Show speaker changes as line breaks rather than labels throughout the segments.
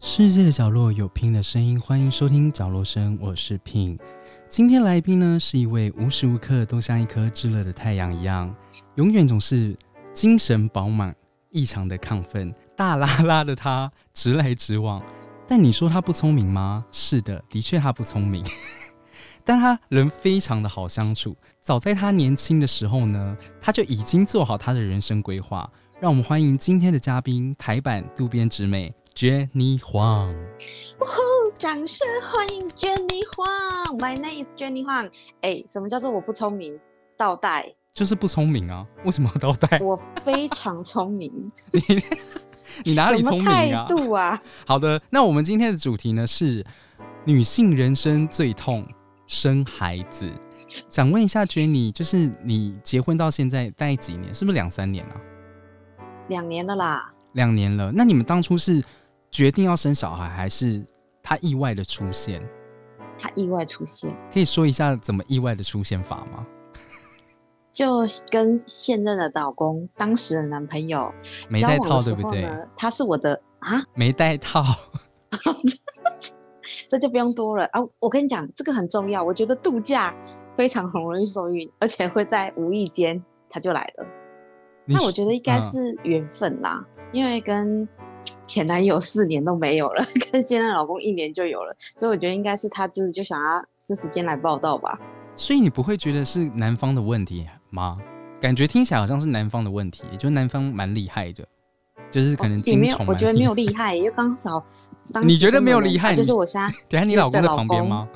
世界的角落有 Pin 的声音，欢迎收听角落声，我是 Pin。今天来宾呢是一位无时无刻都像一颗炙热的太阳一样，永远总是精神饱满、异常的亢奋、大拉拉的他，直来直往。但你说他不聪明吗？是的，的确他不聪明， 但他人非常的好相处。早在他年轻的时候呢，他就已经做好他的人生规划。让我们欢迎今天的嘉宾，台版渡边直美 Jenny Huang。
掌声欢迎 Jenny Huang。My name is Jenny Huang。哎，什么叫做我不聪明？倒带，
就是不聪明啊， 为什么要倒 带？
我非常聪明。
你哪里
什么
聪明啊
态？度啊？
好的，那我们今天的主题呢是女性人生最痛生孩子。想问一下 Jenny，就是你结婚到现在大概几年？是不是两三年啊？
两年了啦，
两年了。那你们当初是决定要生小孩，还是他意外的出现？
他意外出现，
可以说一下怎么意外的出现法吗？
就跟现任的老公，当时的男朋友
没
交
戴
往的
套，
时
对不
候
对？
呢，他是我的啊，
没戴套，
这就不用多了啊。我跟你讲，这个很重要，我觉得度假非常很容易受孕，而且会在无意间他就来了。
你
那我觉得应该
嗯
是缘分啦，因为跟前男友四年都没有了， 跟现任老公一年就有了，所以我觉得应该是他就是就想要这时间来报道吧。
所以你不会觉得是男方的问题吗？感觉听起来好像是男方的问题，就男方蛮厉害的，就是可能
哦也
精
没有
虫、，啊
我觉得 没有。厉害，因为刚少。当
你
时
觉得
跟
没有
伦伦
厉害
啊就是
你
我现在
等一下你
是
老公
的
在
老
旁边
公
吗？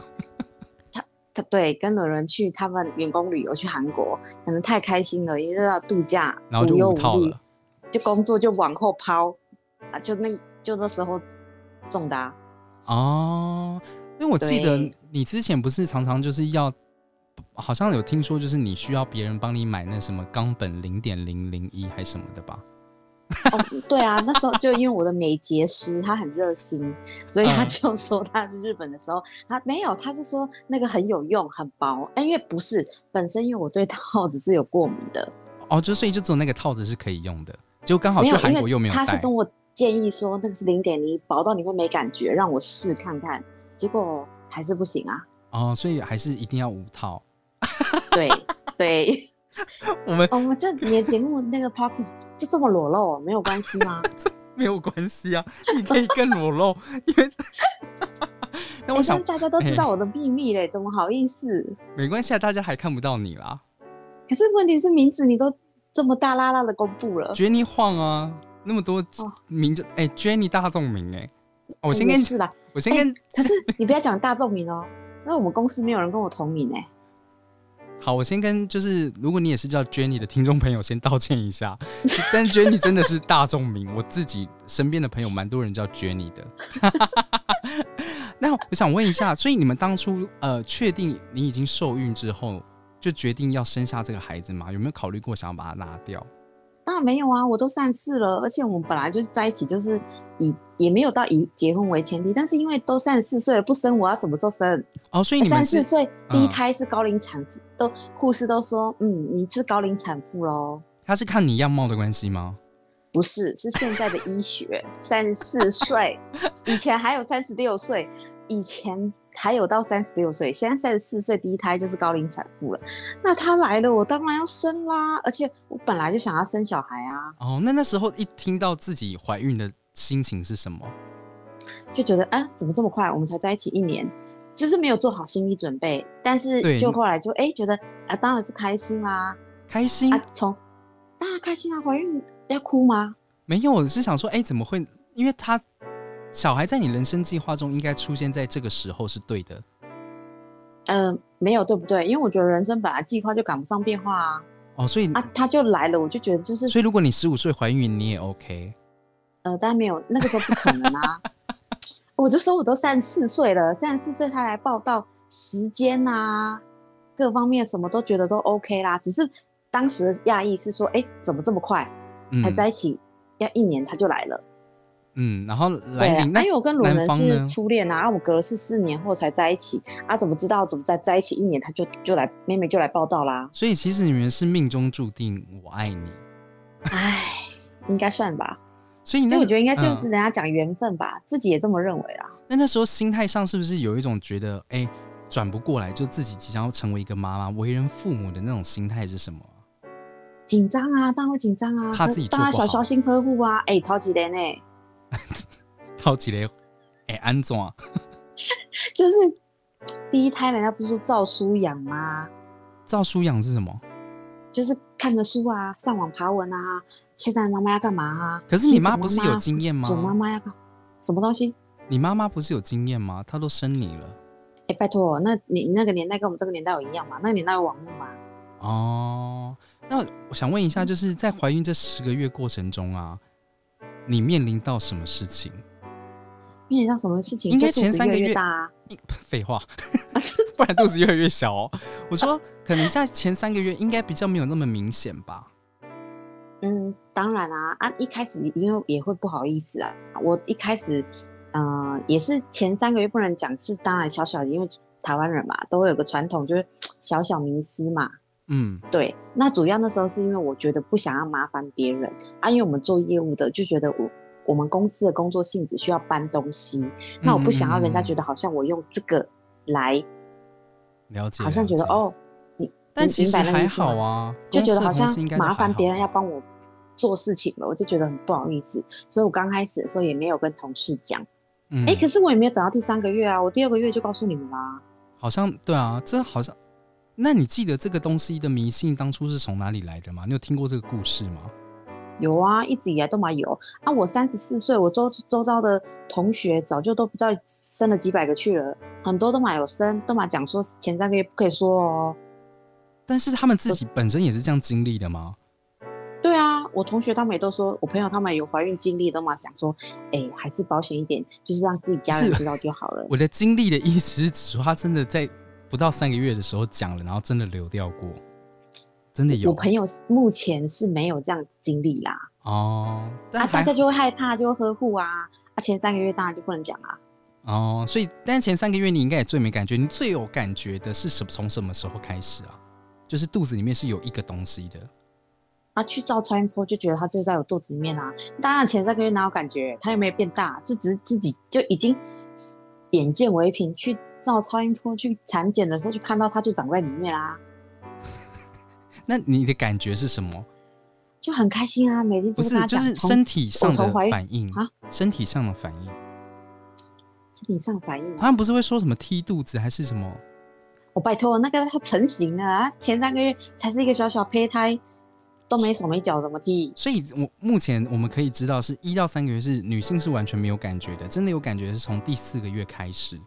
他对跟伦伦去他们员工旅游去韩国，可能太开心了，因为要度假，
然后就
无忧
无
无
套
虑
了，，
就工作就往后抛啊，就那就那时候中的、啊。
哦，因为我记得
对
你之前不是常常就是要，好像有听说就是你需要别人帮你买那什么冈本零点零零一还是什么的吧？
哦，对啊，那时候就因为我的美睫师他很热心，所以他
嗯
就说他去日本的时候，他没有，他是说那个很有用，很薄。哎，因为不是本身，因为我对套子是有过敏的，
哦，就所以就只有那个套子是可以用的，结果刚好
没
去
有，
哦韩国
因
又没
为
有
他是
带
跟，我建议说那个是零点零，薄到你会没感觉，让我试看看，结果还是不行啊。
哦，所以还是一定要无套。
对对，
我们
哦我们这你的节目那个 podcast 就这么裸露，没有关系吗？
没有关系啊，你可以更裸露， 因 为 那我
哎
想
但大家都
哎
知道我的秘密嘞，怎么好意思？
没关系啊，大家还看不到你啦，
可是问题是名字你都这么大拉拉的公布了，
Jenny 晃啊，那么多
哦
名字，哎、j e n n y 大众名哎、哦我先
嗯
跟
也
你，
是啦。哎
我先跟，
可是你不要讲大众名哦， 那我们公司没有人跟我同名哎、
好，我先跟，就是如果你也是叫 Jenny 的听众朋友，先道歉一下， 但 Jenny 真的是大众名，我自己身边的朋友蛮多人叫 Jenny 的。 那我想问一下，所以你们当初呃确定你已经受孕之后，就决定要生下这个孩子吗？有没有考虑过想要把它拿掉？
当然没有啊，我都三四了，而且我们本来就是在一起，就是以也没有到以结婚为前提，但是因为都三十四岁了，不生我要什么时候生？
哦，所以你们
三十
是
四岁第一
嗯
胎是高龄产妇，都护士都说，嗯，你是高龄产妇喽。
他是看你样貌的关系吗？
不是，是现在的医学，三十四岁，以前还有三十六岁，以前还有到三十六岁，现在三十四岁第一胎就是高龄产妇了。那她来了，我当然要生啦，而且我本来就想要生小孩啊，
哦，那那时候一听到自己怀孕的心情是什么？
就觉得啊，怎么这么快？我们才在一起一年，就是没有做好心理准备，但
对
是就后来就哎、觉得啊，当然是开心啦，
开心？
啊，从当然开心啊，怀孕要哭吗？
没有，我是想说，哎、怎么会？因为他小孩在你人生计划中应该出现在这个时候是对的。
嗯、没有对不对？因为我觉得人生本来计划就赶不上变化啊。
哦，所以、
啊，他就来了，我就觉得就是
所以如果你十五岁怀孕，你也 OK。
呃，当然没有那个时候不可能 啊。我就说我都三十四岁了，三十四岁他来报道时间啊，各方面什么都觉得都 OK 啦。只是当时的亚裔是说，哎、怎么这么快
嗯
才在一起？要一年他就来了，
嗯，然后
对
来
啊，
临、
啊
那
因为我跟伦
男
伦
方呢
是初恋啊，啊，我们隔了是四年后才在一起，啊，怎么知道怎么在在一起一年他就就来妹妹就来报道啦？
所以其实你们是命中注定，我爱你。
唉，应该算吧。
所以
所
那
以我
个
觉得应该就
嗯
是人家讲缘分吧，自己也这么认为啦。
那那时候心态上是不是有一种觉得，哎、转不过来，就自己即将要成为一个妈妈、为人父母的那种心态是什么？
紧张啊，当然会紧张啊，
怕
可
自己做
当然
不好
小小心呵护啊。哎、陶几雷呢，
好奇嘞，哎、安总啊，
就是第一胎人家不是说照书养吗？
照书养是什么？
就是看着书啊，上网爬文啊。现在妈妈要干嘛啊？
可是你
新手
妈不是有经验吗？
准妈妈要干什么东西？
你妈妈不是有经验吗？她都生你了
哎、拜托，那你那个年代跟我们这个年代有一样吗？那个年代有网络吗？
哦。那我想问一
嗯
下，就是在怀孕这十个月过程中啊，你面临到什么事情？
面临到什么事情？
应该
就肚
前
子
三个
越来
月
越大啊。
一 废话，不然肚子越来越小、哦。我说，可能在前三个月应该比较没有那么明显吧。
嗯，当然啊，啊，一开始因为也会不好意思啊，我一开始，呃，也是前三个月不能讲，是当然小小的，因为台湾人嘛，都会有个传统，就是小小迷失嘛。
嗯，
对，那主要那时候是因为我觉得不想要麻烦别人啊，因为我们做业务的就觉得我我们公司的工作性质需要搬东西，
嗯
那我不想要人家觉
得
得好像我用这个来，
了解，
好像觉得
了解，
哦，你
但
你
其
明
实
白那个
还
意思吗
好啊，
就
公
觉得
司
好
的
像
同事应该都
麻
还
烦别人
好
要
吧
帮我做事情了，我就觉得很不好意思，所以我刚开始的时候也没有跟同事讲。
嗯，
哎、可是我也没有等到第三个月啊，我第二个月就告诉你们啦。
好像对啊，这好像。那你记得这个东西的迷信当初是从哪里来的吗？你有听过这个故事吗？
有啊，一直以来都嘛有啊。我三十四岁，我周周遭的同学早就都不知道生了几百个去了，很多都嘛有生，都嘛讲说前三个月不可以说哦。
但是他们自己本身也是这样经历的吗？
对啊，我同学他们也都说，我朋友他们有怀孕经历，都嘛想说，哎、还是保险一点，就是让自己家人
是
知道就好了。
我的经历的意思是指说，他真的在不到三个月的时候讲了，然后真的流掉过，真的有。
我朋友是目前是没有这样经历啦，
哦，但
啊，大
还、
家就会害怕，就会呵护啊，啊，前三个月当然就不能讲啊，
哦，所以但前三个月你应该也最没感觉，你最有感觉的是什从什么时候开始啊？就是肚子里面是有一个东西的，
啊，去照超音波就觉得他就在我肚子里面啊，当然前三个月哪有感觉，他又没有变大，这只是自己就已经眼见为凭，去照超音波去产检的时候就看到它就长在里面啊啦、
那你的感觉是什么？
就很开心啊，每天
不
都跟
是
他，
就
讲，
是
从
身体上
我
的
从怀孕
反应
啊，
身体上的反应。
身体上反应啊，
他们不是会说什么踢肚子还是什么？
我、拜托那个它成型了啊，前三个月才是一个小小胚胎，都没手没脚怎么踢？
所以我目前我们可以知道，是一到三个月是女性是完全没有感觉的，真的有感觉是从第四个月开始。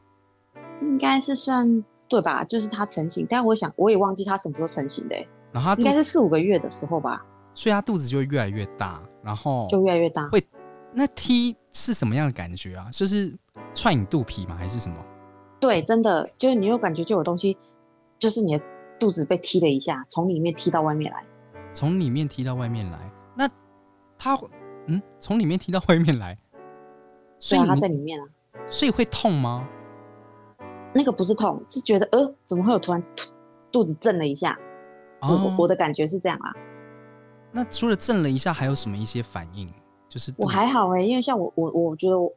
应该是算对吧？就是它成型，但我想我也忘记它什么时候成型的欸、
然后她
应该
肚，
是四五个月的时候吧，
所以她肚子就会越来越大，然后
就越来越大。
会那踢是什么样的感觉啊？就是踹你肚皮吗？还是什么？
对，真的就是你有感觉就有东西，就是你的肚子被踢了一下，从里面踢到外面来。
从里面踢到外面来？那她嗯，从里面踢到外面来，所
对
以
啊，它
你
在里面啊，
所以会痛吗？
那个不是痛，是觉得呃怎么会有突然突肚子震了一下？我
哦
我我的感觉是这样啊，
那除了震了一下，还有什么一些反应？就是
我
肚
还好哎、因为像我我我觉得我。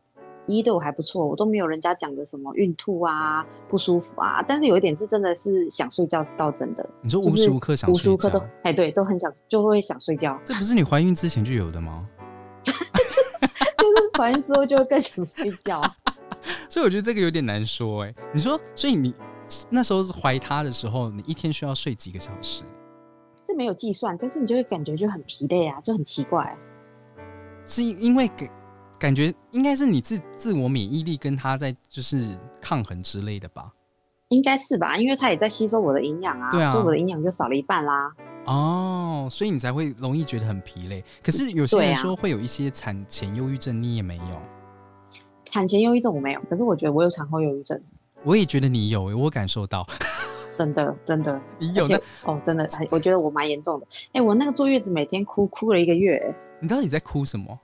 一对我还不错，我都没有人家讲的什么孕吐啊、不舒服啊，但是有一点是真的是想睡觉到真的，
你说
就
无
是
时无刻想
无时
睡
无刻都
觉，。
哎，对，都很想，就会想睡觉
这不是你怀孕之前就有的吗？
就是怀孕之后就会更想睡觉。
所以我觉得这个有点难说哎、你说，所以你那时候怀他的时候，你一天需要睡几个小时？
这没有计算，但是你就会感觉就很疲累啊，就很奇怪、
是因为感感觉应该是你自自我免疫力跟他在就是抗衡之类的吧？
应该是吧？因为它也在吸收我的营养啊，
对啊
所以我的营养就少了一半啦。
哦，所以你才会容易觉得很疲累。可是有些
对
人
啊
说会有一些产前忧郁症，你也没有。
产前忧郁症我没有，可是我觉得我有产后忧郁症，
我也觉得你有、欸，我感受到
真的真的，
你
而
有。那
且哦，真的，哎我觉得我蛮严重的。哎，我那个坐月子每天哭哭了一个月、
你到底在哭什么？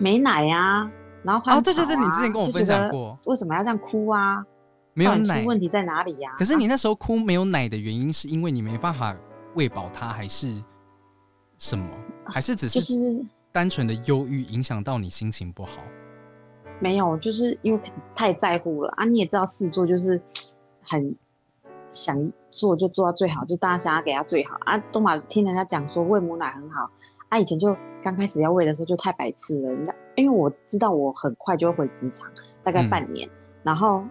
没奶啊，然后他、
哦，对对对，你
啊
之前跟我分享，过，
为什么要这样哭啊？
没有
到底
奶
出。问题在哪里呀、
可是你那时候哭没有奶的原因，是因为你没办法喂饱它，还是什么？还是只
啊就是是
单纯的忧郁影响到你心情不好？
没有，就是因为太在乎了啊！你也知道狮子座就是很想做就做到最好，就大家想要给他最好啊。都嘛听人家讲说喂母奶很好啊，以前就刚开始要喂的时候就太白痴了。人家因为我知道我很快就会回职场，大概半年，然后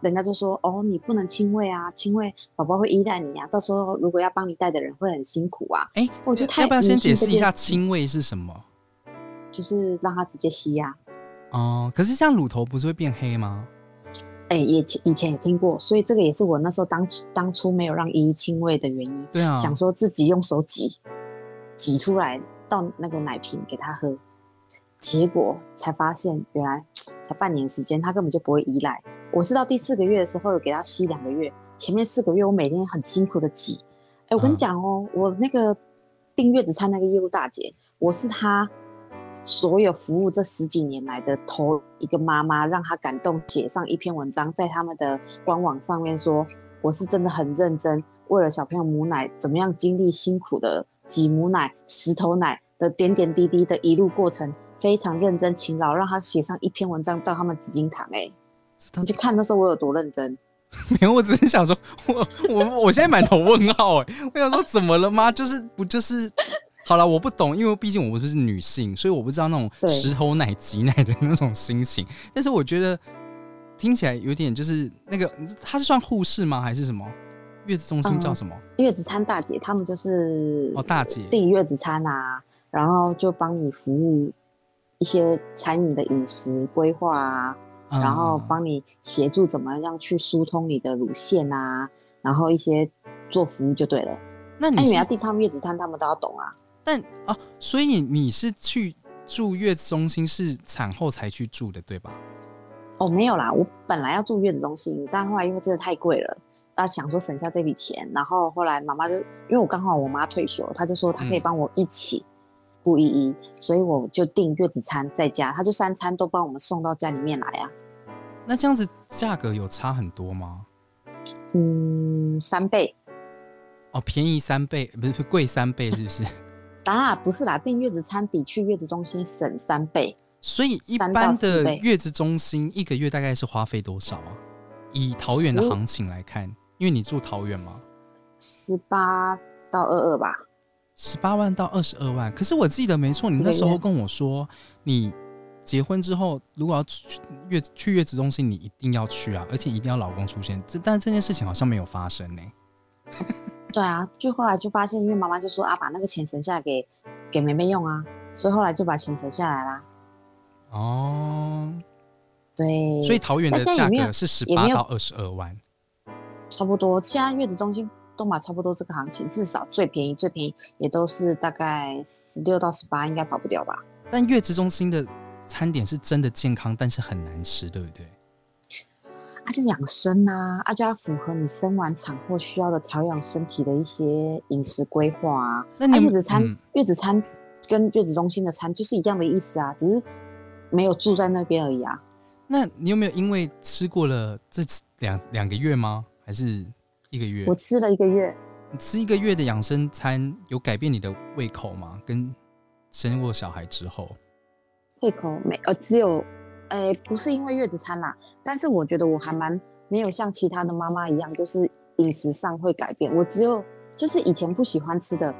人家就说哦，你不能亲喂啊，亲喂宝宝会依赖你啊，到时候如果要帮你带的人会很辛苦啊。
哎、
我觉得太
要不要先解释一下
迷信这件事
亲喂是什么？
就是让他直接吸啊呀、
哦、可是这样乳头不是会变黑吗？
哎、也前以前也听过，所以这个也是我那时候当当初没有让依依亲喂的原因，
对啊，
想说自己用手挤挤出来到那个奶瓶给他喝，结果才发现原来才半年时间他根本就不会依赖。我是到第四个月的时候有给他吸两个月，前面四个月我每天很辛苦的挤。哎、我跟你
嗯
讲哦，我那个订月子餐那个业务大姐，我是她所有服务这十几年来的头一个妈妈，让她感动，写上一篇文章，在他们的官网上面说，我是真的很认真，为了小朋友母奶怎么样经历辛苦的挤母奶、石头奶的点点滴滴的一路过程，非常认真勤劳，让她写上一篇文章到他们紫金堂、哎，
这当
你就看那时候我有多认真。
没有，我只是想说，我我我现在满头问号哎、我想说怎么了吗？就是不就是好了，我不懂，因为毕竟我不是女性，所以我不知道那种
对
石头奶挤奶的那种心情。但是我觉得听起来有点就是那个，他是算护士吗？还是什么月子中心
嗯
叫什么？
月子餐大姐，他们就是
哦，大姐
订月子餐啊，然后就帮你服务一些餐饮的饮食规划啊，
嗯
然后帮你协助怎么样去疏通你的乳腺啊，然后一些做服务就对了。
那你
那哎你
是
要订他们月子餐，他们都要懂啊。
但啊，所以你是去住月子中心是产后才去住的对吧？
哦，没有啦，我本来要住月子中心，但后来因为真的太贵了，啊，想说省下这笔钱，然后后来妈妈就因为我刚好我妈退休，她就说她可以
嗯
帮我一起顾依依，所以我就订月子餐在家，她就三餐都帮我们送到家里面来啊，
那这样子价格有差很多吗？
嗯，三倍。
哦，便宜三倍，不是不是贵三倍，是不 是？
啊，不是啦，订月子餐比去月子中心省三倍。
所以一
三
般
到四
的
倍
月子中心一个月大概是花费多少啊？以桃园的
15
行情来看，因为你住桃园嘛，
十八到二二吧，
十八万到二十二万。可是我记得没错，你
一个
那时候
月
跟我说，你结婚之后如果要去月去月子中心，你一定要去啊，而且一定要老公出现。这但这件事情好像没有发生呢、
对啊，就后来就发现，因为妈妈就说啊，把那个钱省下来给给梅梅用啊，所以后来就把钱省下来啦。
哦，
对，
所以桃园的
在家也
价
没有
格是十
也
八
没有
到二十二万。
差不多，现在月子中心都嘛差不多这个行情，至少最便宜最便宜也都是大概十六到十八，应该跑不掉吧？
但月子中心的餐点是真的健康，但是很难吃，对不对？
啊，就养生啊，啊就要符合你生完产后需要的调养身体的一些饮食规划啊。
那你
啊
们
月子餐、
嗯
月子餐跟月子中心的餐就是一样的意思啊，只是没有住在那边而已啊。
那你有没有因为吃过了这两两个月吗？还是一个月
我？吃了一个月，
你吃一个月的养生餐有改变你的胃口吗？跟生过小孩之后，
胃口没呃只有，呃不是因为月子餐啦，但是我觉得我还蛮没有像其他的妈妈一样，就是饮食上会改变。我只有就是以前不喜欢吃的，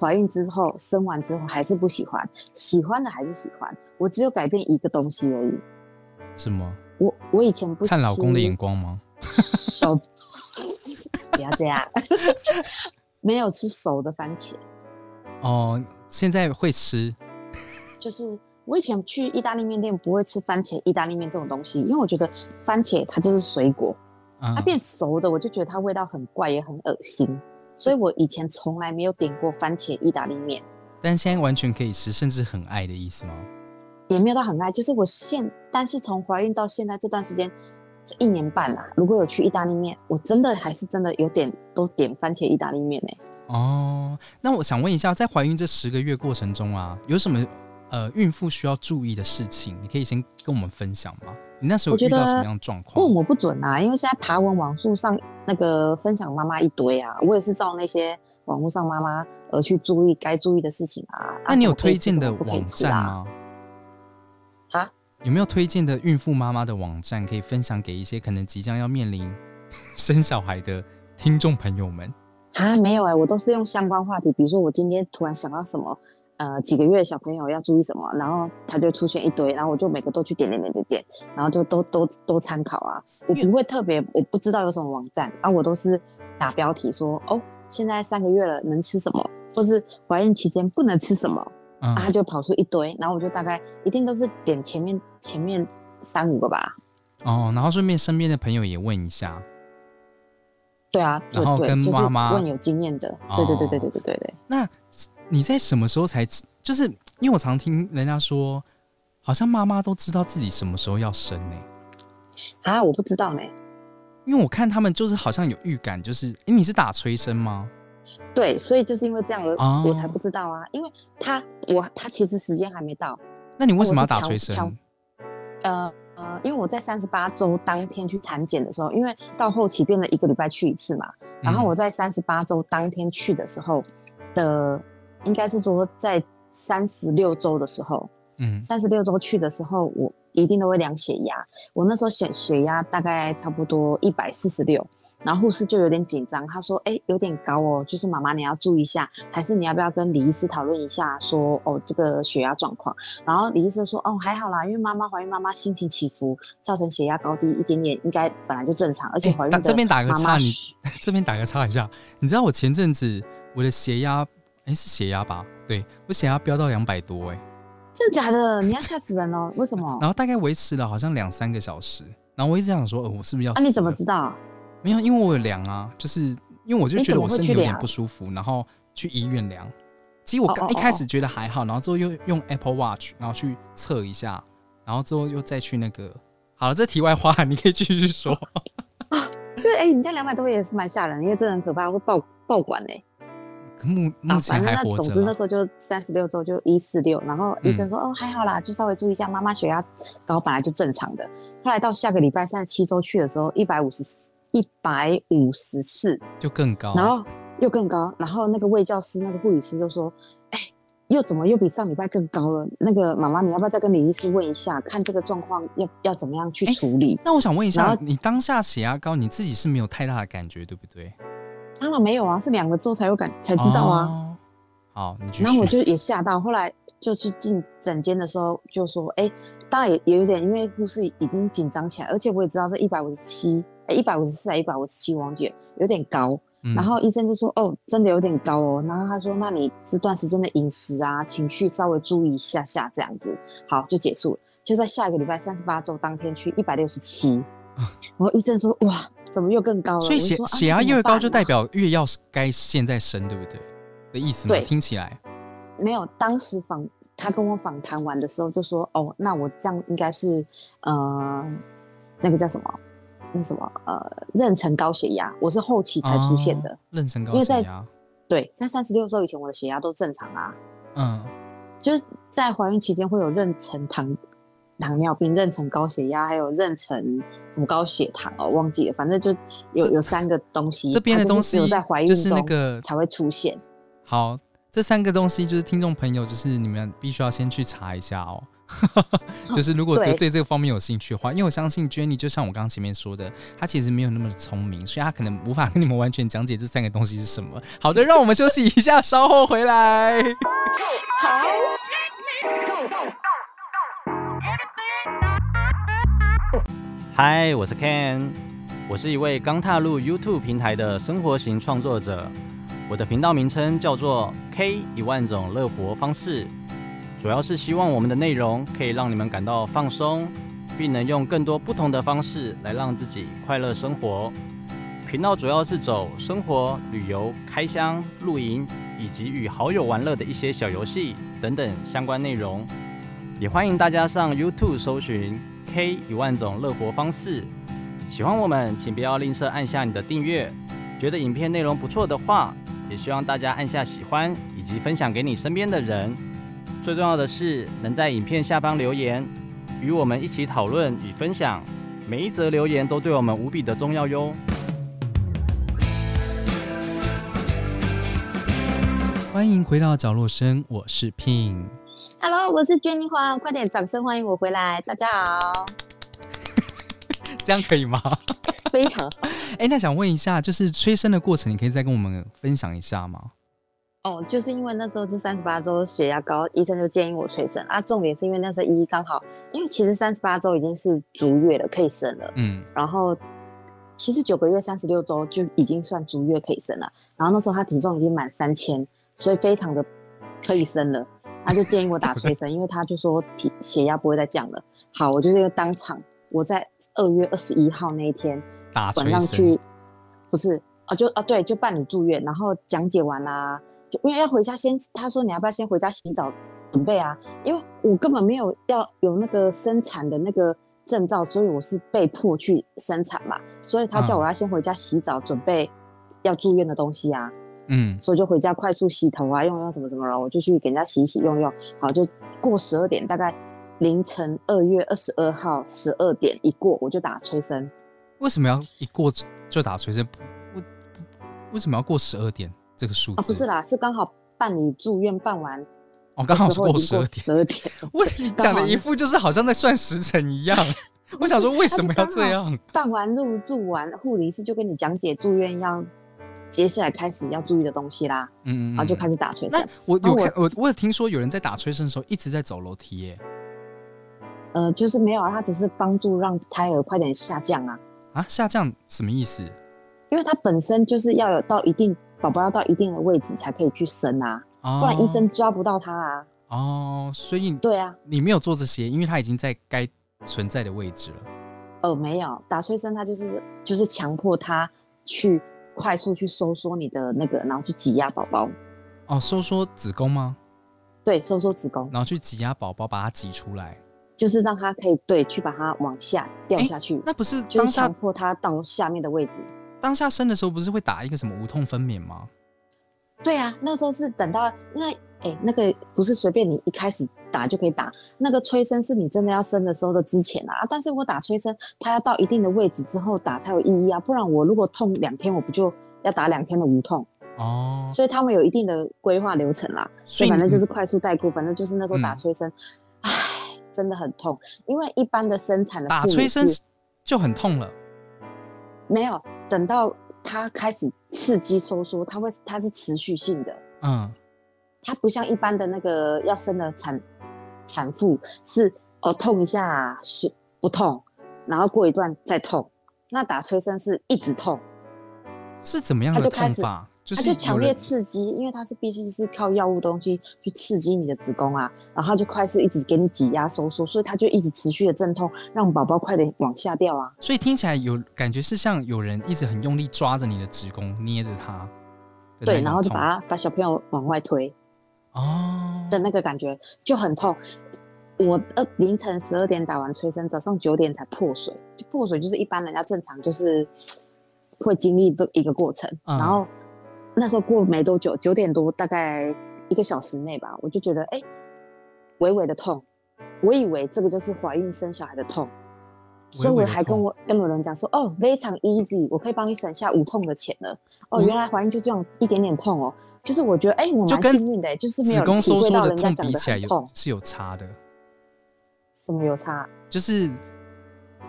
怀孕之后生完之后还是不喜欢，喜欢的还是喜欢。我只有改变一个东西而已。
是吗？
我我以前不
看老公的
吃
眼光吗？
手，不要这样， 没有吃熟的番茄，
哦，现在会吃，
就是我以前去意大利面店不会吃番茄意大利面这种东西，因为我觉得番茄它就是水果，
嗯
它，变熟的我就觉得它味道很怪也很恶心，所以我以前从来没有点过番茄意大利面，
但现在完全可以吃，甚至很爱的意思吗？
也没有到很爱，就是我现，但是从怀孕到现在这段时间。这一年半啦、如果有去意大利面，我真的还是真的有点都点番茄意大利面呢、欸
哦，那我想问一下，在怀孕这十个月过程中啊，有什么呃孕妇需要注意的事情，你可以先跟我们分享吗？你那时候
我觉
遇到
得
什么样的状况
问？我不准啊，因为现在爬文网速上那个分享妈妈一堆啊，我也是照那些网络上妈妈而去注意该注意的事情啊。啊
那你
什
有
么可以
推
吃
荐
什
的
么不可以
网
吃
站
啊？
吗？
啊？
有没有推荐的孕妇妈妈的网站可以分享给一些可能即将要面临 生小孩的听众朋友们？
啊，没有哎、我都是用相关话题，比如说我今天突然想到什么，呃，几个月的小朋友要注意什么，然后它就出现一堆，然后我就每个都去点点点点点，然后就都都都参考啊。我
因为
不会特别，我不知道有什么网站啊，我都是打标题说哦，现在三个月了能吃什么，或是怀孕期间不能吃什么，
嗯
啊，，它就跑出一堆，然后我就大概一定都是点前面前面三五个吧。
哦，然后顺便身边的朋友也问一下，
对啊，
然
对
后跟
对，就是
妈妈
问有经验的，对对对对
哦
对对对对。
那你在什么时候才？就是因为我常听人家说，好像妈妈都知道自己什么时候要生呢、
啊，我不知道呢。
因为我看他们就是好像有预感，就是诶，你是打催生吗？
对，所以就是因为这样，我、
哦
我才不知道啊，因为他我他其实时间还没到，
那你为什么要
我是
打
敲
催
敲
生？
呃呃，因为我在三十八周当天去产检的时候，因为到后期变得一个礼拜去一次嘛，然后
嗯
我在三十八周当天去的时候的，应该是说在三十六周的时候，
嗯
三十六周去的时候，我一定都会量血压。我那时候血血压大概差不多一百四十六，然后护士就有点紧张，她说：“哎、有点高哦，就是妈妈你要注意一下，还是你要不要跟李医师讨论一下说，哦这个血压状况？”然后李医师说：“哦还好啦，因为妈妈怀孕，妈妈心情起伏，造成血压高低一点点，应该本来就正常，而且
诶
怀孕
打
的
这边打个
妈
岔，
妈
你
是
这边打个岔一下，你知道我前阵子我的血压，诶，是血压吧？对我血压飙到两百多、诶，
真的假的？你要吓死人哦！为什 么？
然后大概维持了好像两三个小时，然后我一直想说，呃，我是不是要？
啊，你怎么知？道？
没有，因为我有量啊，就是因为我就觉得我身体有
你怎么会去
点
量
不舒服，然后去医院量。其实我刚
哦哦
一开始觉得还好，然后之后又用 Apple Watch，然后去测一下，然后之后又再去那个。好了，这题外话，你可以继续 说。
对，哎、你这两百多也是蛮吓人，因为真的很可怕，会爆爆管哎、
目目
啊，
前
反正
还
那
活
总
着
之
啦嗯
那时候就三十六周就一四六，然后医生说、哦还好啦，就稍微注意一下，妈妈血压高本来就正常的。后来到下个礼拜三十七周去的时候，一百五十一百五十四，
就更高。
然后又更高，然后那个卫教师那个护理师就说，哎、又怎么又比上礼拜更高了？那个妈妈，你要不要再跟李医师问一下，看这个状况要要怎么样去
哎
处理？
那我想问一
然
下
后，
你当下血压高，你自己是没有太大的感觉，对不对？
当然没有啊，是两个周才有感才知道啊。
哦好，你继续。
然后我就也吓到，后来就去进诊间的时候就说，哎、当然也也有点，因为护士已经紧张起来，而且我也知道这一百五十七，哎，一百五十四还一百五十七，王姐有点高。
嗯，
然后医生就说，哦，真的有点高哦。然后他说，那你这段时间的饮食啊、情绪稍微注意一下下，这样子，好就结束了。就在下一个礼拜三十八周当天去一百六十七，然后医生说，哇，怎么又更高了？
啊所以
我就
血
说啊
血压越高，就代。
那怎么办啊
表越要该现在生，对不对？的意思吗？
对
听起来，
没有，当时访他跟我访谈完的时候就说，哦，那我这样应该是呃，那个叫什么，那什么呃，妊娠高血压，我是后期才出现的。
哦妊娠高
因为
血
在
压。
对，在三十六周以前我的血压都正常啊，
嗯，
就是在怀孕期间会有妊娠糖糖尿病、妊娠高血压，还有妊娠什么高血糖哦，忘记了，反正就有有三个东西，啊
这边的
它就
东
是只
西
有在怀孕
就
中
是那个
才会出现。
好，这三个东西就是听众朋友，就是你们必须要先去查一下 哦。就是如果
对
对对这个方面有兴趣的话，因为我相信 Jenny 就像我刚刚前面说的，她其实没有那么的聪明，所以她可能无法跟你们完全讲解这三个东西是什么。好的，让我们休息一下，稍后回来。
好。
嗨，我是 Ken，我是一位刚踏入 YouTube 平台的生活型创作者。我的频道名称叫做 K 一万种乐活方式，主要是希望我们的内容可以让你们感到放松，并能用更多不同的方式来让自己快乐生活。频道主要是走生活、旅游、开箱、露营，以及与好友玩乐的一些小游戏等等相关内容。也欢迎大家上 YouTube 搜寻 K 一万种乐活方式。喜欢我们，请不要吝啬按下你的订阅。觉得影片内容不错的话，也希望大家按下喜欢以及分享给你身边的人。最重要的是能在影片下方留言，与我们一起讨论与分享。每一则留言都对我们无比的重要哟。
欢迎回到角落生，我是 Pin。
Hello，我是娟妮花，快点掌声欢迎我回来，大家好，
这样可以吗？
非常好
哎，那想问一下，就是催生的过程，你可以再跟我们分享一下吗？
哦，就是因为那时候是三十八周血压高，医生就建议我催生啊。重点是因为那时候依依刚好，因为其实三十八周已经是足月了，可以生了。
嗯，
然后其实九个月三十六周就已经算足月可以生了。然后那时候他体重已经满三千，所以非常的可以生了。他就建议我打催生，因为他就说体血压不会再降了。好，我就是当场我在二月二十一号那一天
打催
晚上
生
去，不是啊就啊对，就伴侣住院，然后讲解完啦、就因为要回家先，他说你要不要先回家洗澡准备啊？因为我根本没有要有那个生产的那个证照，所以我是被迫去生产嘛，所以他叫
嗯
我要先回家洗澡准备要住院的东西啊。
嗯，
所以就回家快速洗头啊，用用什么什么，然后我就去给人家洗一洗用用，好就过十二点，大概凌晨二月二十二号十二点一过，我就打催生，
为什么要一过就打催生？为为什么要过十二点这个数字？
啊，不是啦，是刚好办理住院办完，
哦，刚好是
时候已
过
经
十二
哦过
点。
十二点，
我讲
刚
的
好
一副就是好像在算时辰一样。我想说，为什么要这 样？
办完入住完，护理师就跟你讲解住院要接下来开始要注意的东西啦，
嗯嗯，
然后就开
始。
始打催生
那，我有
然后我
看我我有听说有人在打催生的时候一直在走楼梯耶
呃，就是没有啊，他只是帮助让胎儿快点下降啊，
啊下降什么意思？
因为它本身就是要有到一定宝宝要到一定的位置才可以去生啊。
哦，
不然医生抓不到他啊。
哦，所以
对啊，
你没有做这些，因为他已经在该存在的位置了。
呃，没有打催生，他就是就是强迫他去快速去收缩你的那个，然后去挤压宝宝，
哦，收缩子宫吗？
对，收缩子宫，
然后去挤压宝宝，把它挤出来。
就是让他可以对去把它往下掉
诶
下去，
那不是
就
当
是
下
强迫他到下面的位置。
当下生的时候，不是会打一个什么无痛分娩吗？
对啊，那时候是等到那哎、那个不是随便你一开始打就可以打，那个催生是你真的要生的时候的之前啊。啊但是我打催生，它要到一定的位置之后打才有意义啊，不然我如果痛两天，我不就要打两天的无痛？
哦，
所以他们有一定的规划流程啦，所以反正就是快速带过，反正就是那时候
嗯
打催生，唉，真的很痛，因为一般的生产的
打
妇女
催生
是
就很痛了。
没有等到它开始刺激收缩，它会它是持续性的，
嗯，
它不像一般的那个要生的产产妇是哦痛一下是不痛，然后过一段再痛，那打催生是一直痛，
是怎么样
他
的
就开
痛
始
法？就
它
是
就
有
强烈
人
刺激，因为它是必须是靠药物东西去刺激你的子宫啊，然后它就快速一直给你挤压收缩，所以它就一直持续的阵痛，让宝宝快点往下掉啊。
所以听起来有感觉是像有人一直很用力抓着你的子宫，捏着它的那种痛。
对，然后就把它把小朋友往外推
哦，
的那个感觉就很痛。我呃凌晨十二点打完催生，早上九点才破水。破水就是一般人家正常就是会经历这一个过程，
嗯
然后那时候过没多久，九点多大概一个小时内吧，我就觉得哎、微微的痛，我以为这个就是怀孕生小孩的痛，所以
微微
我
的
还跟
痛
我跟有人讲说哦非常 easy，我可以帮你省下无痛的钱了。哦，
嗯
原来怀孕就这样一点点痛哦。就是我觉得，哎、我
就
蛮
跟
幸运的、就是没
子
有
宫
体
收
会
缩
到
的
人家
痛
讲
比
的
起来
很
有
痛，
是有差的，
什么有差？
就是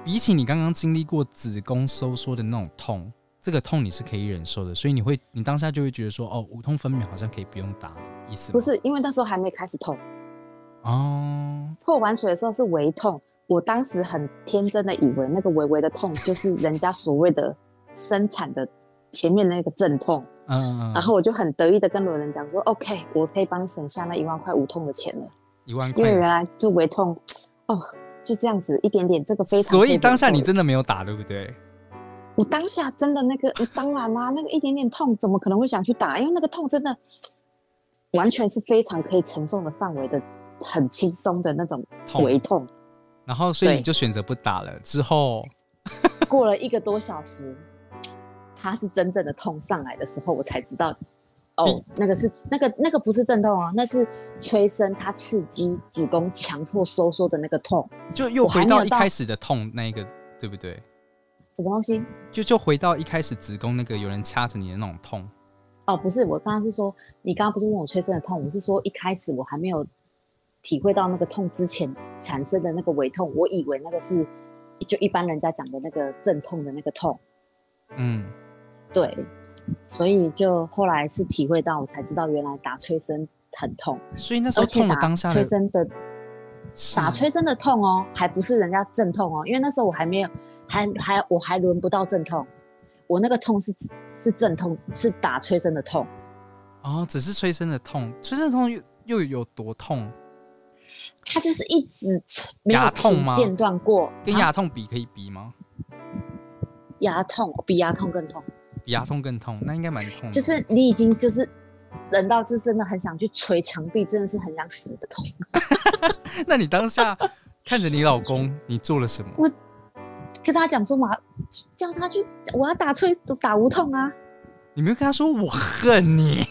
比起你刚刚经历过子宫收缩的那种痛，这个痛你是可以忍受的，所以你会你当下就会觉得说，哦，无痛分娩好像可以不用打的意思吗
不是，因为那时候还没开始痛，
哦，
破完水的时候是微痛。我当时很天真的以为那个微微的痛就是人家所谓的生产的前面那个阵痛，
嗯嗯，嗯
然后我就很得意的跟伦人讲说，OK，我可以帮你省下那一万块无痛的钱了，
一万
因为原
块，
来就微痛，哦，就这样子一点点，这个非常
所
可
以当下
忍受
你
的
真的没有打，对不对？
我当下真的那个，呃当然啦、那个一点点痛，怎么可能会想去打？因为那个痛真的完全是非常可以承受的范围的，很轻松的那种
痛
微 痛。
然后所以
对
你就选择不打了，之后
过了一个多小时，它是真正的痛上来的时候，我才知道哦，那个是那个那个不是阵痛啊，那是催生它刺激子宫强迫收缩的那个痛，
就又
我还
回
没
到
有
一
到
开始的痛那一个，对不对？
什么东西？
就就回到一开始子宫那个有人掐着你的那种痛，
哦，不是，我刚刚是说，你刚刚不是问我催生的痛，我是说一开始我还没有体会到那个痛之前产生的那个胃痛，我以为那个是就一般人家讲的那个阵痛的那个痛，
嗯，
对，所以就后来是体会到，我才知道原来打催生很痛，
所以那时
而
候
且
痛的
打
当下的
催
嗯
生的
是
打催生的痛哦，还不是人家阵痛哦，因为那时候我还没有，还还我还轮不到阵痛，我那个痛是是阵痛，是打催生的痛。
哦，只是催生的痛，催生的痛又又有多痛？
他就是一直没有
牙痛吗
间断过，
跟
啊
牙痛比可以比吗？
牙痛哦比牙痛更痛，
比牙痛更痛，那应该蛮痛的。
就是你已经就是忍到是真的很想去捶墙壁，真的是很想死的痛。
那你当 下看着你老公，你做了什么？
我跟他讲说嘛，叫他去，我要打催打无痛啊，
你没有跟他说我恨你，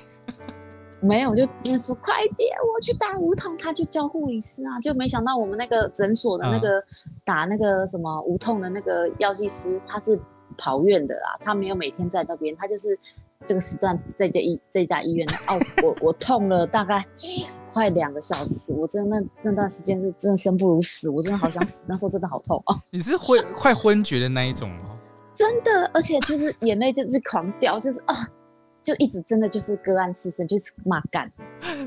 没有，我就跟他说快点，我去打无痛，他就叫护理师啊，就没想到我们那个诊所的那个、打那个什么无痛的那个药剂师，他是跑院的啊，他没有每天在那边，他就是这个时段在这医这家医院的哦，我我痛了大概快两个小时，我真的那那段时间是真的生不如死，我真的好想死，那时候真的好痛哦，
你是昏快昏厥的那一种吗？
真的，而且就是眼泪就是狂掉，就是啊。就一直真的就是个案失声，就是骂干，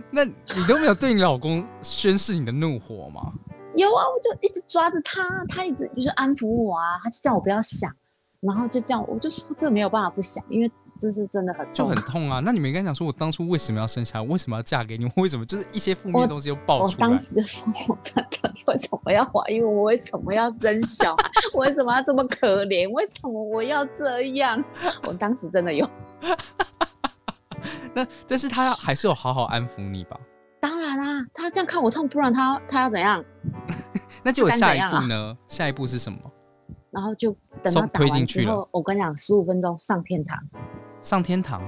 那你都没有对你老公宣誓你的怒火吗？
有啊，我就一直抓着他，他一直就是安抚我啊，他就叫我不要想，然后就叫我，我就说这没有办法不想，因为这是真的很
就
痛。哦
很痛啊！那你没跟他讲说，我当初为什么要生下来，为什么要嫁给你，为什么就是一些负面
我
的东西又爆
我
出来
当，时就说，我真的为什么要怀孕？我为什么要生小孩？我为什么要这么可怜？为什么我要这样？我当时真的有，
那但是他还是有好好安抚你吧？
当然啦、他这样看我痛，不然他他要怎样？
那结果
不敢
下
怎
一
样啊
步呢？下一步是什么？
然后就等
送
他打
推进
完
去
之
了
后，我跟你讲，十五分钟上天堂，
上天堂，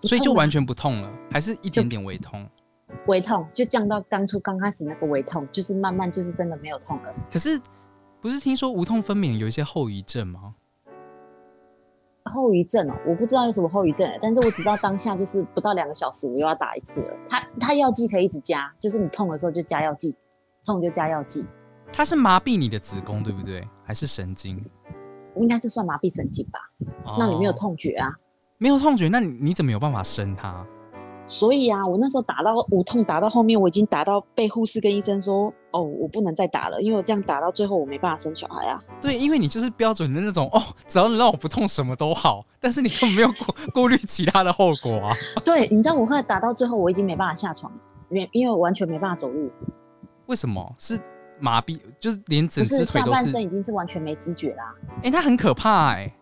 不
所以就
痛啊
完全不痛了，还是一点点微痛。
微痛就降到当初刚开始那个微痛，就是慢慢就是真的没有痛了。
可是不是听说无痛分娩有一些后遗症吗？
后遗症哦，我不知道有什么后遗症，欸但是我只知道当下就是不到两个小时我又要打一次了。它它药剂可以一直加，就是你痛的时候就加药剂，痛就加药剂，
它是麻痹你的子宫，对不对？还是神经？
应该是算麻痹神经吧？那你没有
哦，
痛觉啊？
没有痛觉，那你你怎么有办法生它？
所以啊，我那时候打到无痛，打到后面我已经打到被护士跟医生说，哦，我不能再打了，因为我这样打到最后我没办法生小孩啊。
对，因为你就是标准的那种哦，只要你让我不痛，什么都好。但是你根本没有顾 顾虑其他的后果啊！
对，你知道我后来打到最后我已经没办法下床，没因为我完全没办法走路，
为什么是麻痹？就是连
不
整
是
只腿
下
都
半
是
身。已经是完全没知觉啦、
哎、它很可怕哎、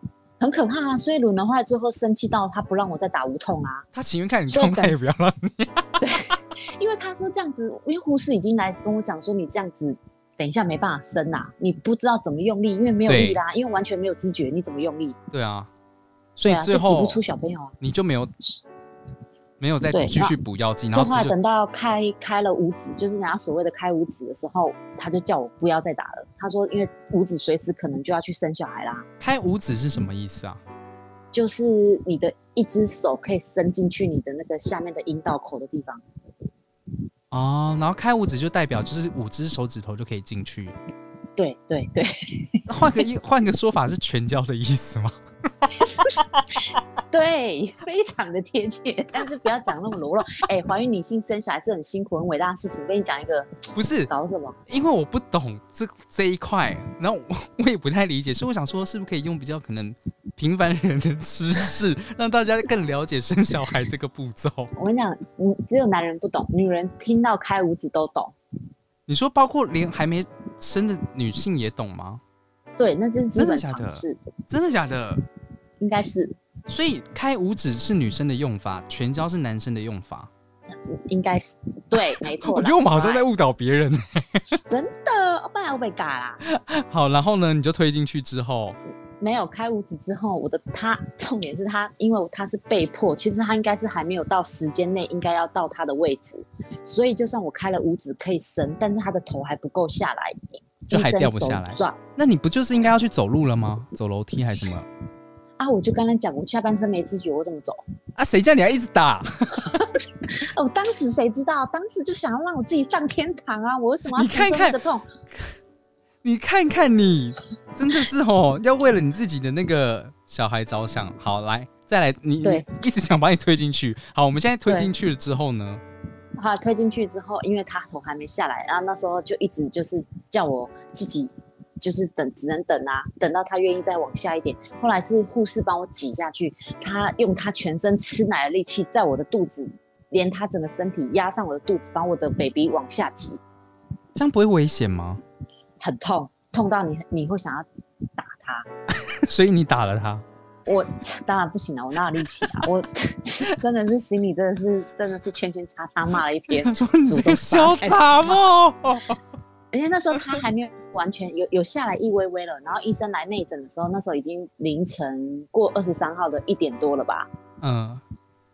很可怕啊！所以鲁能后来最后生气到他不让我再打无痛啊，
它情愿看你
所以
痛，它
等
也不要让你。
因为他说这样子，因为护士已经来跟我讲说你这样子，等一下没办法生啊，你不知道怎么用力，因为没有
对
力啦，因为完全没有知觉，你怎么用力？
对啊，所
对
以
啊，就
最
挤
后
不出小朋友啊。
你就没有没有再
对
继
那
续补药剂，然
就
后
后来
这就
等到开开了五指，就是人家所谓的开五指的时候，他就叫我不要再打了。他说，因为五指随时可能就要去生小孩啦，
开五指是什么意思啊？
嗯就是你的一只手可以伸进去你的那个下面的阴道口的地方。
哦，然后开五指就代表就是五只手指头就可以进去。
对对对，
那换个一换个说法是全交的意思吗？
对，非常的贴切，但是不要讲那么裸露。哎、怀孕女性生小孩是很辛苦、很伟大的事情。跟你讲一个，
不是，
搞什么？
因为我不懂这这一块，然后我我也不太理解，所以我想说，是不是可以用比较可能平凡人的知 识，让大家更了解生小孩这个步骤？
我跟你讲，你只有男人不懂，女人听到开五指都懂。
你说，包括连还没生的女性也懂吗？
对，那就是基
真的
本
假的
常识，
真的假的？
应该是，
所以开五指是女生的用法，全交是男生的用法。
应该是对，没错啦。
我觉得我们好像在
小
误导别人。
孩真的，不然我被嘎啦。
好，然后呢，你就推进去之后，
没有开五指之后，我的他重点是他，因为他是被迫，其实他应该是还没有到时间内应该要到他的位置，所以就算我开了五指可以伸，但是他的头还不够下来，
就还
一伸
掉不
手
下来
抓
那你不就是应该要去走路了吗？走楼梯还是什么？
啊！我就跟他讲，我下半身没知觉，我怎么走？
啊，谁叫你还一直打？
哦，我当时谁知道？当时就想要让我自己上天堂啊！我为什么要
你
承
看
受
看
那个痛？
你看看你，真的是哦， 要为了你自己的那个小孩着想。好，来，再来，你
对
你一直想把你推进去。好，我们现在推进去了之后呢，
后来推进去之后，因为他头还没下来，然后那时候就一直就是叫我自己，就是等，只能等啊，等到他愿意再往下一点。后来是护士帮我挤下去，他用他全身吃奶的力气，在我的肚子，连他整个身体压上我的肚子，把我的 baby 往下挤，
这样不会危险吗？
很痛，痛到你你会想要打他。
所以你打了他，
我当然不行了，我哪有力气啊？我 真的是心里真的是真的是圈圈叉叉骂了一篇，
他说你 这个哦小杂毛。
而且那时候他还没有完全有有下来一微微了，然后医生来内诊的时候，那时候已经凌晨过二十三号的一点多了吧。
嗯，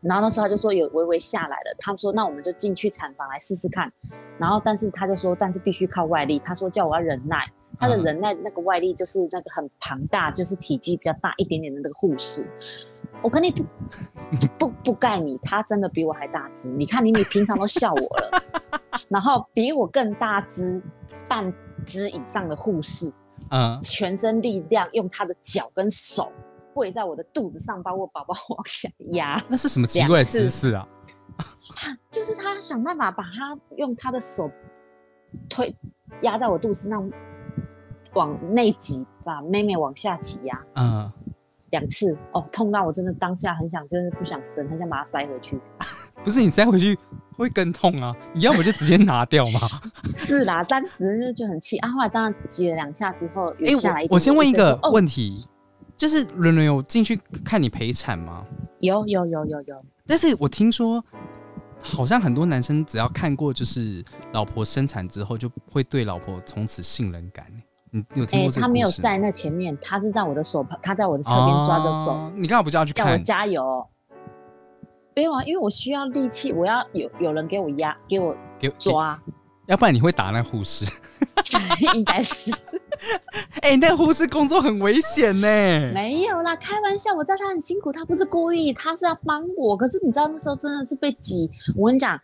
然后那时候他就说有微微下来了，他们说那我们就进去产房来试试看。然后但是他就说，但是必须靠外力，他说叫我要忍耐。他的
嗯
忍耐那个外力就是那个很庞大，就是体积比较大一点点的那个护士。我跟你不不不盖你，他真的比我还大只。你看你，你平常都笑我了，然后比我更大只，半只以上的护士，
嗯，
全身力量用他的脚跟手跪在我的肚子上，把我宝 宝往下压。
那是什么奇怪的
两次
姿势啊？
就是他想办法把他用他的手推压在我肚子上，往内挤，把妹妹往下挤压、
嗯，
两次哦，痛到我真的当下很想，真的不想生，很想把它塞回去。
不是你塞回去会更痛啊，你要我就直接拿掉嘛。
是啦，当时就就很气啊。后来当然挤了两下之后，有
哎、
下来一点点、
我我先问一
医
个
生说哦，
问题，就是伦伦有进去看你陪产吗？
有有有有有，
但是我听说，好像很多男生只要看过就是老婆生产之后，就会对老婆从此信任感。你你有听
哎、
过这个故事吗？
他没有在那前面，他是在我的手旁，他在我的侧边抓着手。
哦你刚好不是要去
叫我
看？
加油。没有啊，因为我需要力气，我要有有人给我压，给我
给
抓，
要不然你会打那护士。
应该是
哎、那护士工作很危险呢、
没有啦，开玩笑，我知道他很辛苦，他不是故意，他是要帮我。可是你知道那时候真的是被挤，我跟你讲，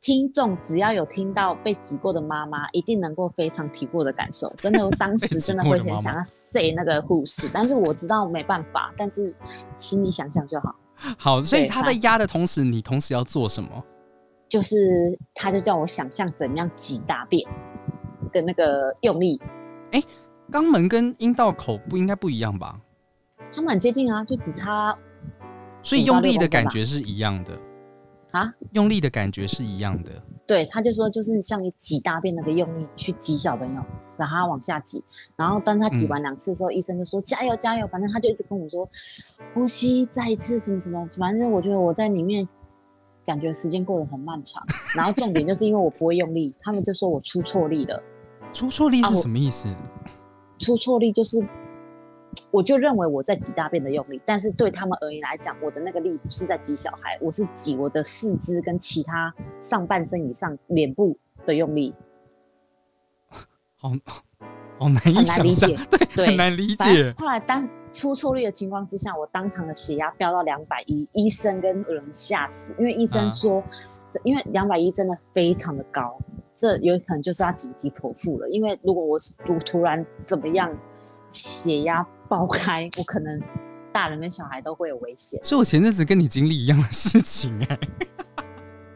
听众只要有听到被挤过的妈妈，一定能够非常体过的感受。 真的，我当时真的
被挤过
会
的妈妈
很想要 say 那个护士，但是我知道没办法，但是心里想想就好。
好，所以
对
他在压的同时，你同时要做什么？
就是他就叫我想象怎么样挤大便的那个用力，
肛门跟阴道口不应该不一样吧？
他们很接近啊，就只差
所以用力的感觉是一样的，
啊，
用力的感觉是一样的。
对，他就说就是像你挤大便那个用力去挤小朋友，把他往下挤，然后当他挤完两次的时候，医生就说加油加油，反正他就一直跟我说呼吸再一次什么什么，反正我觉得我在里面感觉时间过得很漫长，然后重点就是因为我不会用力，他们就说我出错力了。
出错力
啊
是
我
什么意思？
出错力就是，我就认为我在挤大便的用力，但是对他们而言来讲，我的那个力不是在挤小孩，我是挤我的四肢跟其他上半身以上脸部的用力，
好好哦难以
很难
想
理
象
解，
对，
对
很难理
反正
解。
后来当出错率的情况之下，我当场的血压飙到两百一，医生跟人吓死，因为医
啊
生说，这因为两百一真的非常的高，这有可能就是要紧急剖腹了。因为如果我是我突然怎么样，血压爆开，我可能大人跟小孩都会有危险。
所以我前阵子跟你经历一样的事情、 哎，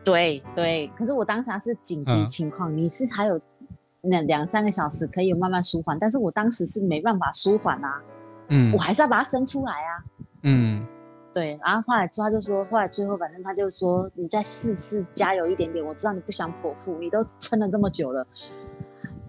对对，可是我当啊下是紧急
嗯
情况，你是还有那两三个小时可以慢慢舒缓，但是我当时是没办法舒缓啊，
嗯
我还是要把它生出来啊。
嗯，
对，然后后来他就说，后来最后反正他就说，你再试试，加油一点点。我知道你不想剖腹，你都撑了这么久了，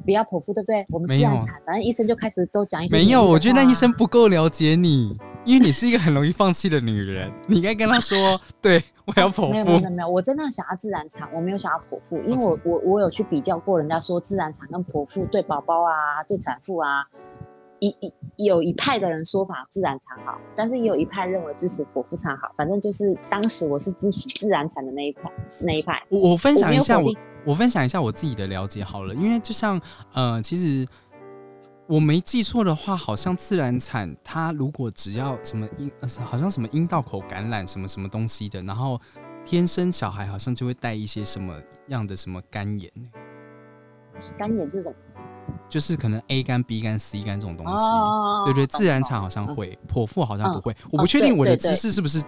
不要剖腹，对不对？我们自
没有
然产，反正医生就开始都讲一些
没
鼓励
有，
的
我觉得那
话
医生不够了解你，因为你是一个很容易放弃的女人，你应该跟他 说，对我要剖
没有没有没
腹
有，没有，我真的想要自然产，我没有想要剖腹，因为我我我有去比较过，人家说自然产跟剖腹对宝宝啊，对产妇啊，一一有一派的人说法自然产好，但是也有一派认为支持剖腹产好。反正就是当时我是支持自然产的那一派，那一派。
我我分享一下
我没有
我
否定
我分享一下我自己的了解好了，因为就像呃，其实我没记错的话，好像自然产它如果只要什么阴，呃好像什么阴道口感染什么什么东西的，然后天生小孩好像就会带一些什么样的什么肝炎，
干眼这种
就是可能 A 肝、B 肝、C 肝这种东西。
哦
对对，
懂
自然
懂
产好像会，剖腹好像不会。我
哦
不确定
对
我的
对对嗯
知识是不是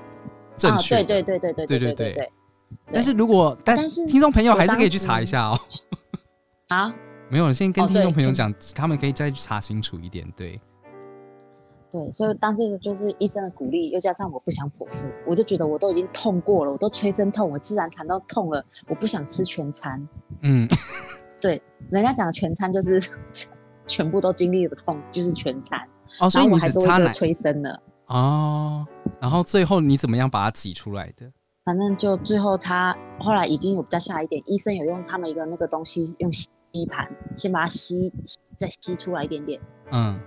正确的。
啊，对对对对对
对对对
对对对
但是如果但
但是
听众朋友
我
还是可以
当
去
时
查一下哦。
啊，
没有，先跟
哦
听众
对
朋友
跟
讲，他们可以再去查清楚一点。对，
对，所以当时就是医生的鼓励，又加上我不想剖腹，我就觉得我都已经痛过了，我都催生痛，我自然产到痛了，我不想吃全餐。
嗯，
人家讲的全餐就是 全部都经历的痛，就是全餐。
哦，所以
然
你
后我还
只
多
插
一个
奶
催生了，
哦，然后最后你怎么样把它挤出来的？
反正就最后他后来已经有比较下一点，医生有用他们一个那个东西用吸盘先把它吸，再吸出来一点点，
嗯，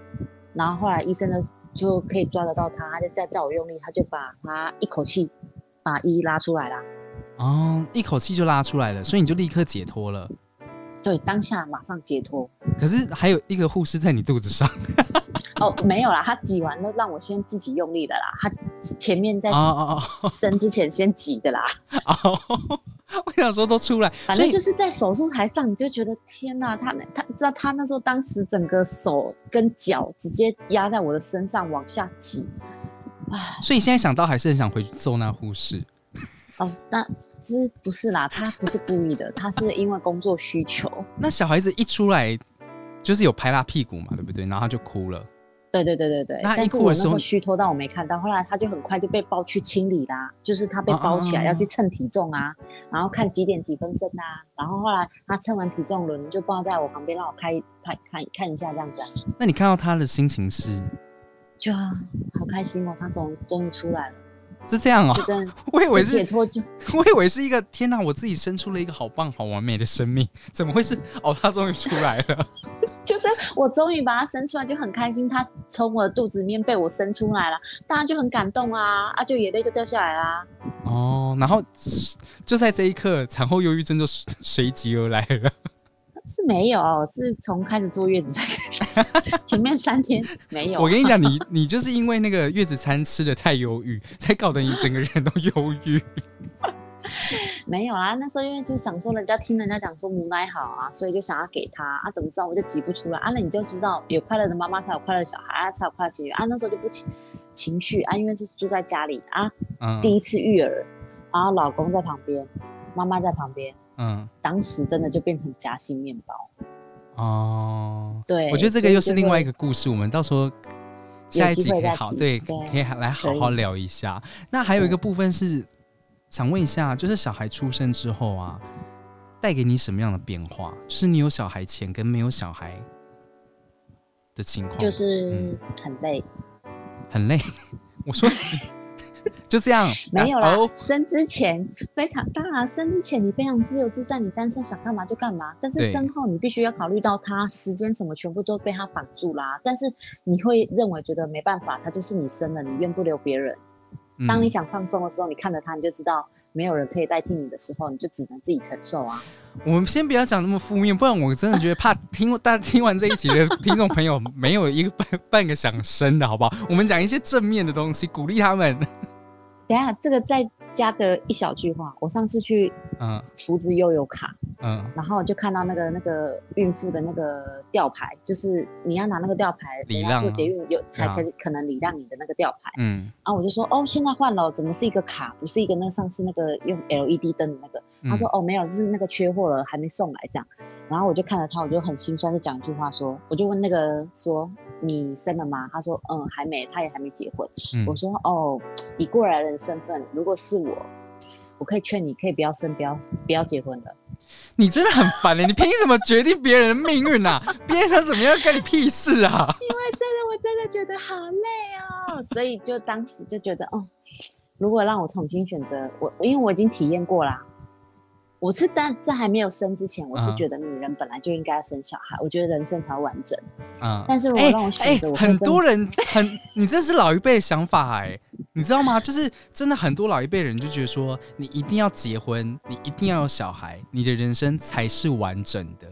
然后后来医生呢就可以抓得到他，他就再叫我用力，他就把他一口气把一拉出来啦。
哦，一口气就拉出来了，所以你就立刻解脱了。
对，当下马上解脱。
可是还有一个护士在你肚子上
哦，没有啦，他挤完都让我先自己用力的啦，他前面在
哦哦
生之前先挤的啦。
哦哦， 我想说都出来，
反
所
正
以
就是在手术台上，你就觉得天哪、他那他知道他那时候当时整个手跟脚直接压在我的身上往下挤，
所以现在想到还是很想回去揍那护士。
哦，那其实不是啦，他不是故意的，他是因为工作需求。
那小孩子一出来就是有拍他屁股嘛，对不对？然后他就哭了。
对对对对对，
那他一
但是
哭的
我那
时
时
候
候虚脱到我没看到，后来他就很快就被包去清理啦、就是他被
啊啊
包起来
啊
要去称体重啊，然后看几点几分生啊，然后后来他称完体重轮就抱在我旁边让我拍拍看看一下这样子、啊，
那你看到他的心情是
就啊好开心哦，他终终于出来了，
是这样哦
就？真的
我以为
就是解脱就
我以为是一个天哪，我自己生出了一个好棒、好完美的生命， 怎么会是？哦，他终于出来了，
就是我终于把它生出来，就很开心。它从我的肚子里面被我生出来了，当然就很感动啊啊，就眼泪就掉下来啦、
哦，然后就在这一刻，产后忧郁症就随随即而来了。
是没有，是从开始坐月子才开始，前面 三天没有
我。跟你讲，你 你就是因为那个月子餐吃的太忧郁，才搞得你整个人都忧郁。
没有啊，那时候因为就想说，人家听人家讲说母奶好啊，所以就想要给他啊，怎么知道我就挤不出来啊？那你就知道，有快乐的妈妈才有快乐的小孩啊，才有快乐情绪啊。那时候就不情情绪啊，因为就是住在家里啊，
嗯
第一次育儿，然后老公在旁边，妈妈在旁边，
嗯
当时真的就变成夹心面包。
哦，
对，
我觉得这
所
个
以
又
就是
另外一
个，
个故事，我们到时候下一集可以好
有机
对，
会再提
可以来好
可以
好聊一下。那还有一个部分是想问一下，就是小孩出生之后啊，带给你什么样的变化？就是你有小孩前跟没有小孩的情况，
就是
嗯
很累，
很累。 我说就这样，
没有啦
that's all。
生之前非常，当然生之前你非常自由自在，你单身想干嘛就干嘛。但是
对
生后你必须要考虑到他时间什么全部都被他绑住啦。但是你会认为觉得没办法，他就是你生了，你怨不了别人。
嗯
当你想放松的时候，你看着他，你就知道没有人可以代替你的时候，你就只能自己承受啊。
我们先不要讲那么负面，不然我真的觉得怕听大家听完这一集的听众朋友没有一个半半个想生的好不好？我们讲一些正面的东西，鼓励他 们。
等一下这个再加个一小句话，我上次去
嗯
储值悠游卡，
嗯，
然后我就看到那个那个孕妇的那个吊牌，就是你要拿那个吊牌，
礼
人家
让
做
啊
捷运有才
啊
可以可能礼让你的那个吊牌。
嗯，
然后我就说哦，现在换了，怎么是一个卡，不是一个那个上次那个用 LED 灯的那个？
嗯
他说、哦没有，是那个缺货了，还没送来这样。然后我就看着他，我就很心酸，就讲一句话说，我就问那个说你生了吗？他说嗯还没，他也还没结婚。
嗯
我说哦，以过来人的身份，如果是我，我可以劝你可以不要生，不要不要结婚了。
你真的很烦欸嘞、你凭什么决定别人的命运啊？别人想怎么样干你屁事啊？
真的，我真的觉得好累哦。 所以就当时就觉得，哦，如果让我重新选择，我因为我已经体验过啦，我是但在还没有生之前，我是
嗯
觉得女人本来就应该要生小孩，我觉得人生才完整。
嗯，
但是如果让我选择，我会
很
真的
多人很，你这是老一辈的想法哎、你知道吗？就是真的很多老一辈人就觉得说，你一定要结婚，你一定要有小孩，你的人生才是完整的。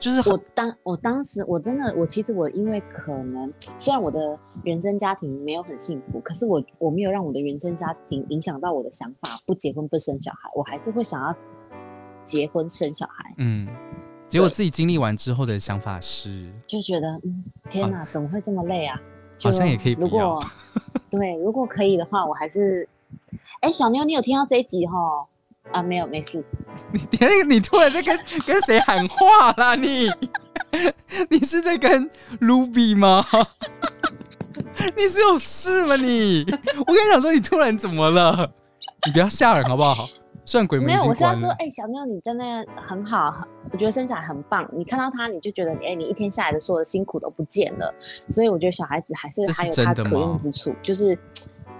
就是很
我当我当时我真的我其实我因为可能虽然我的原生家庭没有很幸福，可是我我没有让我的原生家庭影响到我的想法，不结婚不生小孩，我还是会想要结婚生小孩，
嗯，结果自己经历完之后的想法是，
就觉得嗯天哪，怎么会这么累啊？
好像
就
也可以不
如 果对，如果可以的话，我还是哎、小妞，你有听到这一集哈？啊，没有，没事。
你你突然在跟跟谁喊话啦？你 你是在跟 Ruby 吗？ 你是有事吗你？我跟你讲说，你突然怎么了？你不要吓人好不好？虽然鬼门
没
已
有，
经
我是要
关
说，
了，
哎、小妞，你真的很好，很我觉得生小孩很棒。你看到他，你就觉得你，哎、你一天下来的所有的辛苦都不见了。所以我觉得小孩子还是
这是
还有
真
他
的
可
吗
用之处，就是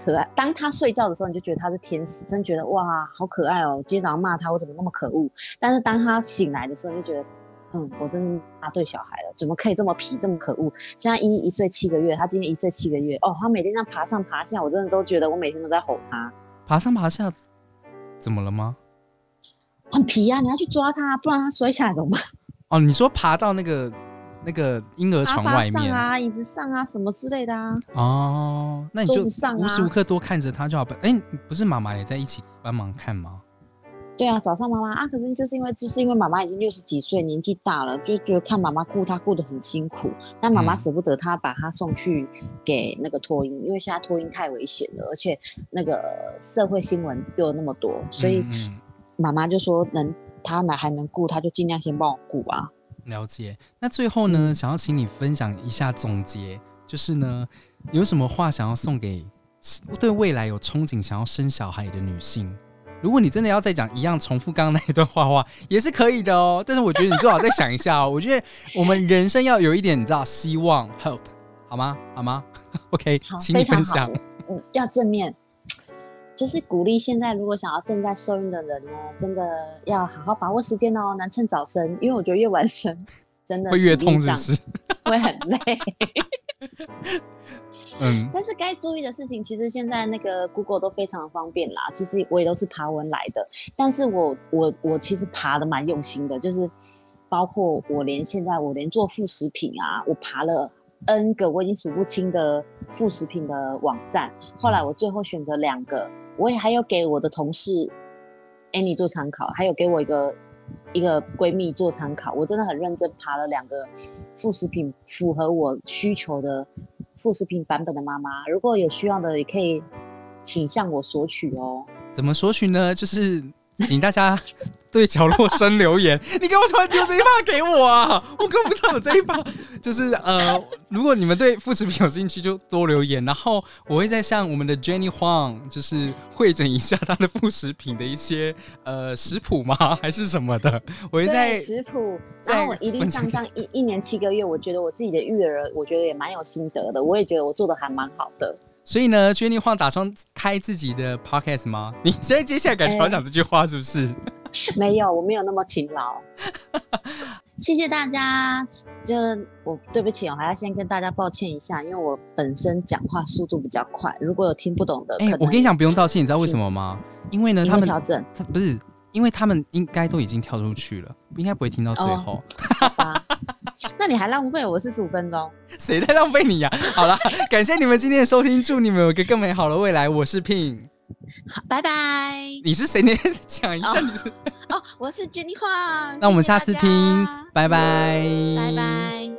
可爱。当他睡觉的时候，你就觉得他是天使，真觉得哇，好可爱哦。今天早上骂他，我怎么那么可恶？但是当他醒来的时候，你就觉得。嗯，我真的答对小孩了，怎么可以这么皮，这么可恶？现在依依一岁七个月，他今年一岁七个月，哦，他每天这样爬上爬下，我真的都觉得我每天都在吼他。
爬上爬下，怎么了吗？
很皮啊，你要去抓它，不然它摔下来怎么办？
哦，你说爬到那个那个婴儿床
沙发
外
上
面
啊，椅子上啊，什么之类的啊。
哦，那你就
桌子上啊
无时无刻多看着他就好。哎、不是妈妈也在一起帮忙看吗？
对啊，早上妈妈啊，可是就是因为就是因为妈妈已经六十几岁，年纪大了，就觉得看妈妈顾她顾得很辛苦，但妈妈
嗯
舍不得她，把她送去给那个托婴，因为现在托婴太危险了，而且那个社会新闻又有那么多，所以
嗯嗯
妈妈就说能她哪还能顾，她就尽量先帮我顾啊。
了解。那最后
嗯
呢，想要请你分享一下总结，就是呢，有什么话想要送给对未来有憧憬、想要生小孩的女性？如果你真的要再讲一样重复刚刚那一段话的话，也是可以的哦。但是我觉得你最好再想一下哦。我觉得我们人生要有一点，你知道，希望 hope，好吗？好吗 ？OK，
好，
请
非
你
常
分
好，
享。
我嗯，要正面，就是鼓励现在如果想要正在受孕的人呢，真的要好好把握时间哦，能趁早生，因为我觉得越晚生 真的
会越痛
体力
是
上
不是？
会很累。
嗯
但是该注意的事情，其实现在那个 Google 都非常方便啦。其实我也都是爬文来的，但是我我我其实爬的蛮用心的，就是包括我连现在我连做副食品啊，我爬了 N 个我已经数不清的副食品的网站，后来我最后选择两个，我也还有给我的同事 Annie 做参考，还有给我一个一个闺蜜做参考。我真的很认真爬了两个副食品符合我需求的副食品版本的妈妈，如果有需要的也可以请向我索取哦。
怎么索取呢？就是请大家 对角落生留言。 你给我突然丢这一趴给我啊！我根本不知道有这一趴。 就是呃，如果你们对副食品有兴趣，就多留言。然后我会再向我们的 Jenny Huang 就是会诊一下她的副食品的一些呃食谱吗？ 还是什么的？我会
对
在
食谱，
在
然后我一定
分享
上当一一年七个月，我觉得我自己的育儿，我觉得也蛮有心得的，我也觉得我做的还蛮好的。
所以呢，Jenny Huang 打算开自己的 podcast 吗？你现在接下来感觉好
呃
想这句话是不是？
没有，我没有那么勤劳。谢谢大家，就我对不起哦，还要先跟大家抱歉一下，因为我本身讲话速度比较快，如果有听不懂的，
哎、
可能
我跟你讲，不用道歉，你知道为什么吗？因为呢，
你
他
会
们
调整
他不是，因为他们应该都已经跳出去了，应该不会听到最
哦
后。
吧。那你还浪费我四十五分钟。
谁在浪费你呀、好了， 感谢你们今天的收听，祝你们有一个更美好的未来。我是 Pin，
好，拜拜。
你是谁？你讲一
哦
下你是。
哦，我是 Jenny 晃，
那我们下次
谢谢大
听
家，
拜拜，
拜拜。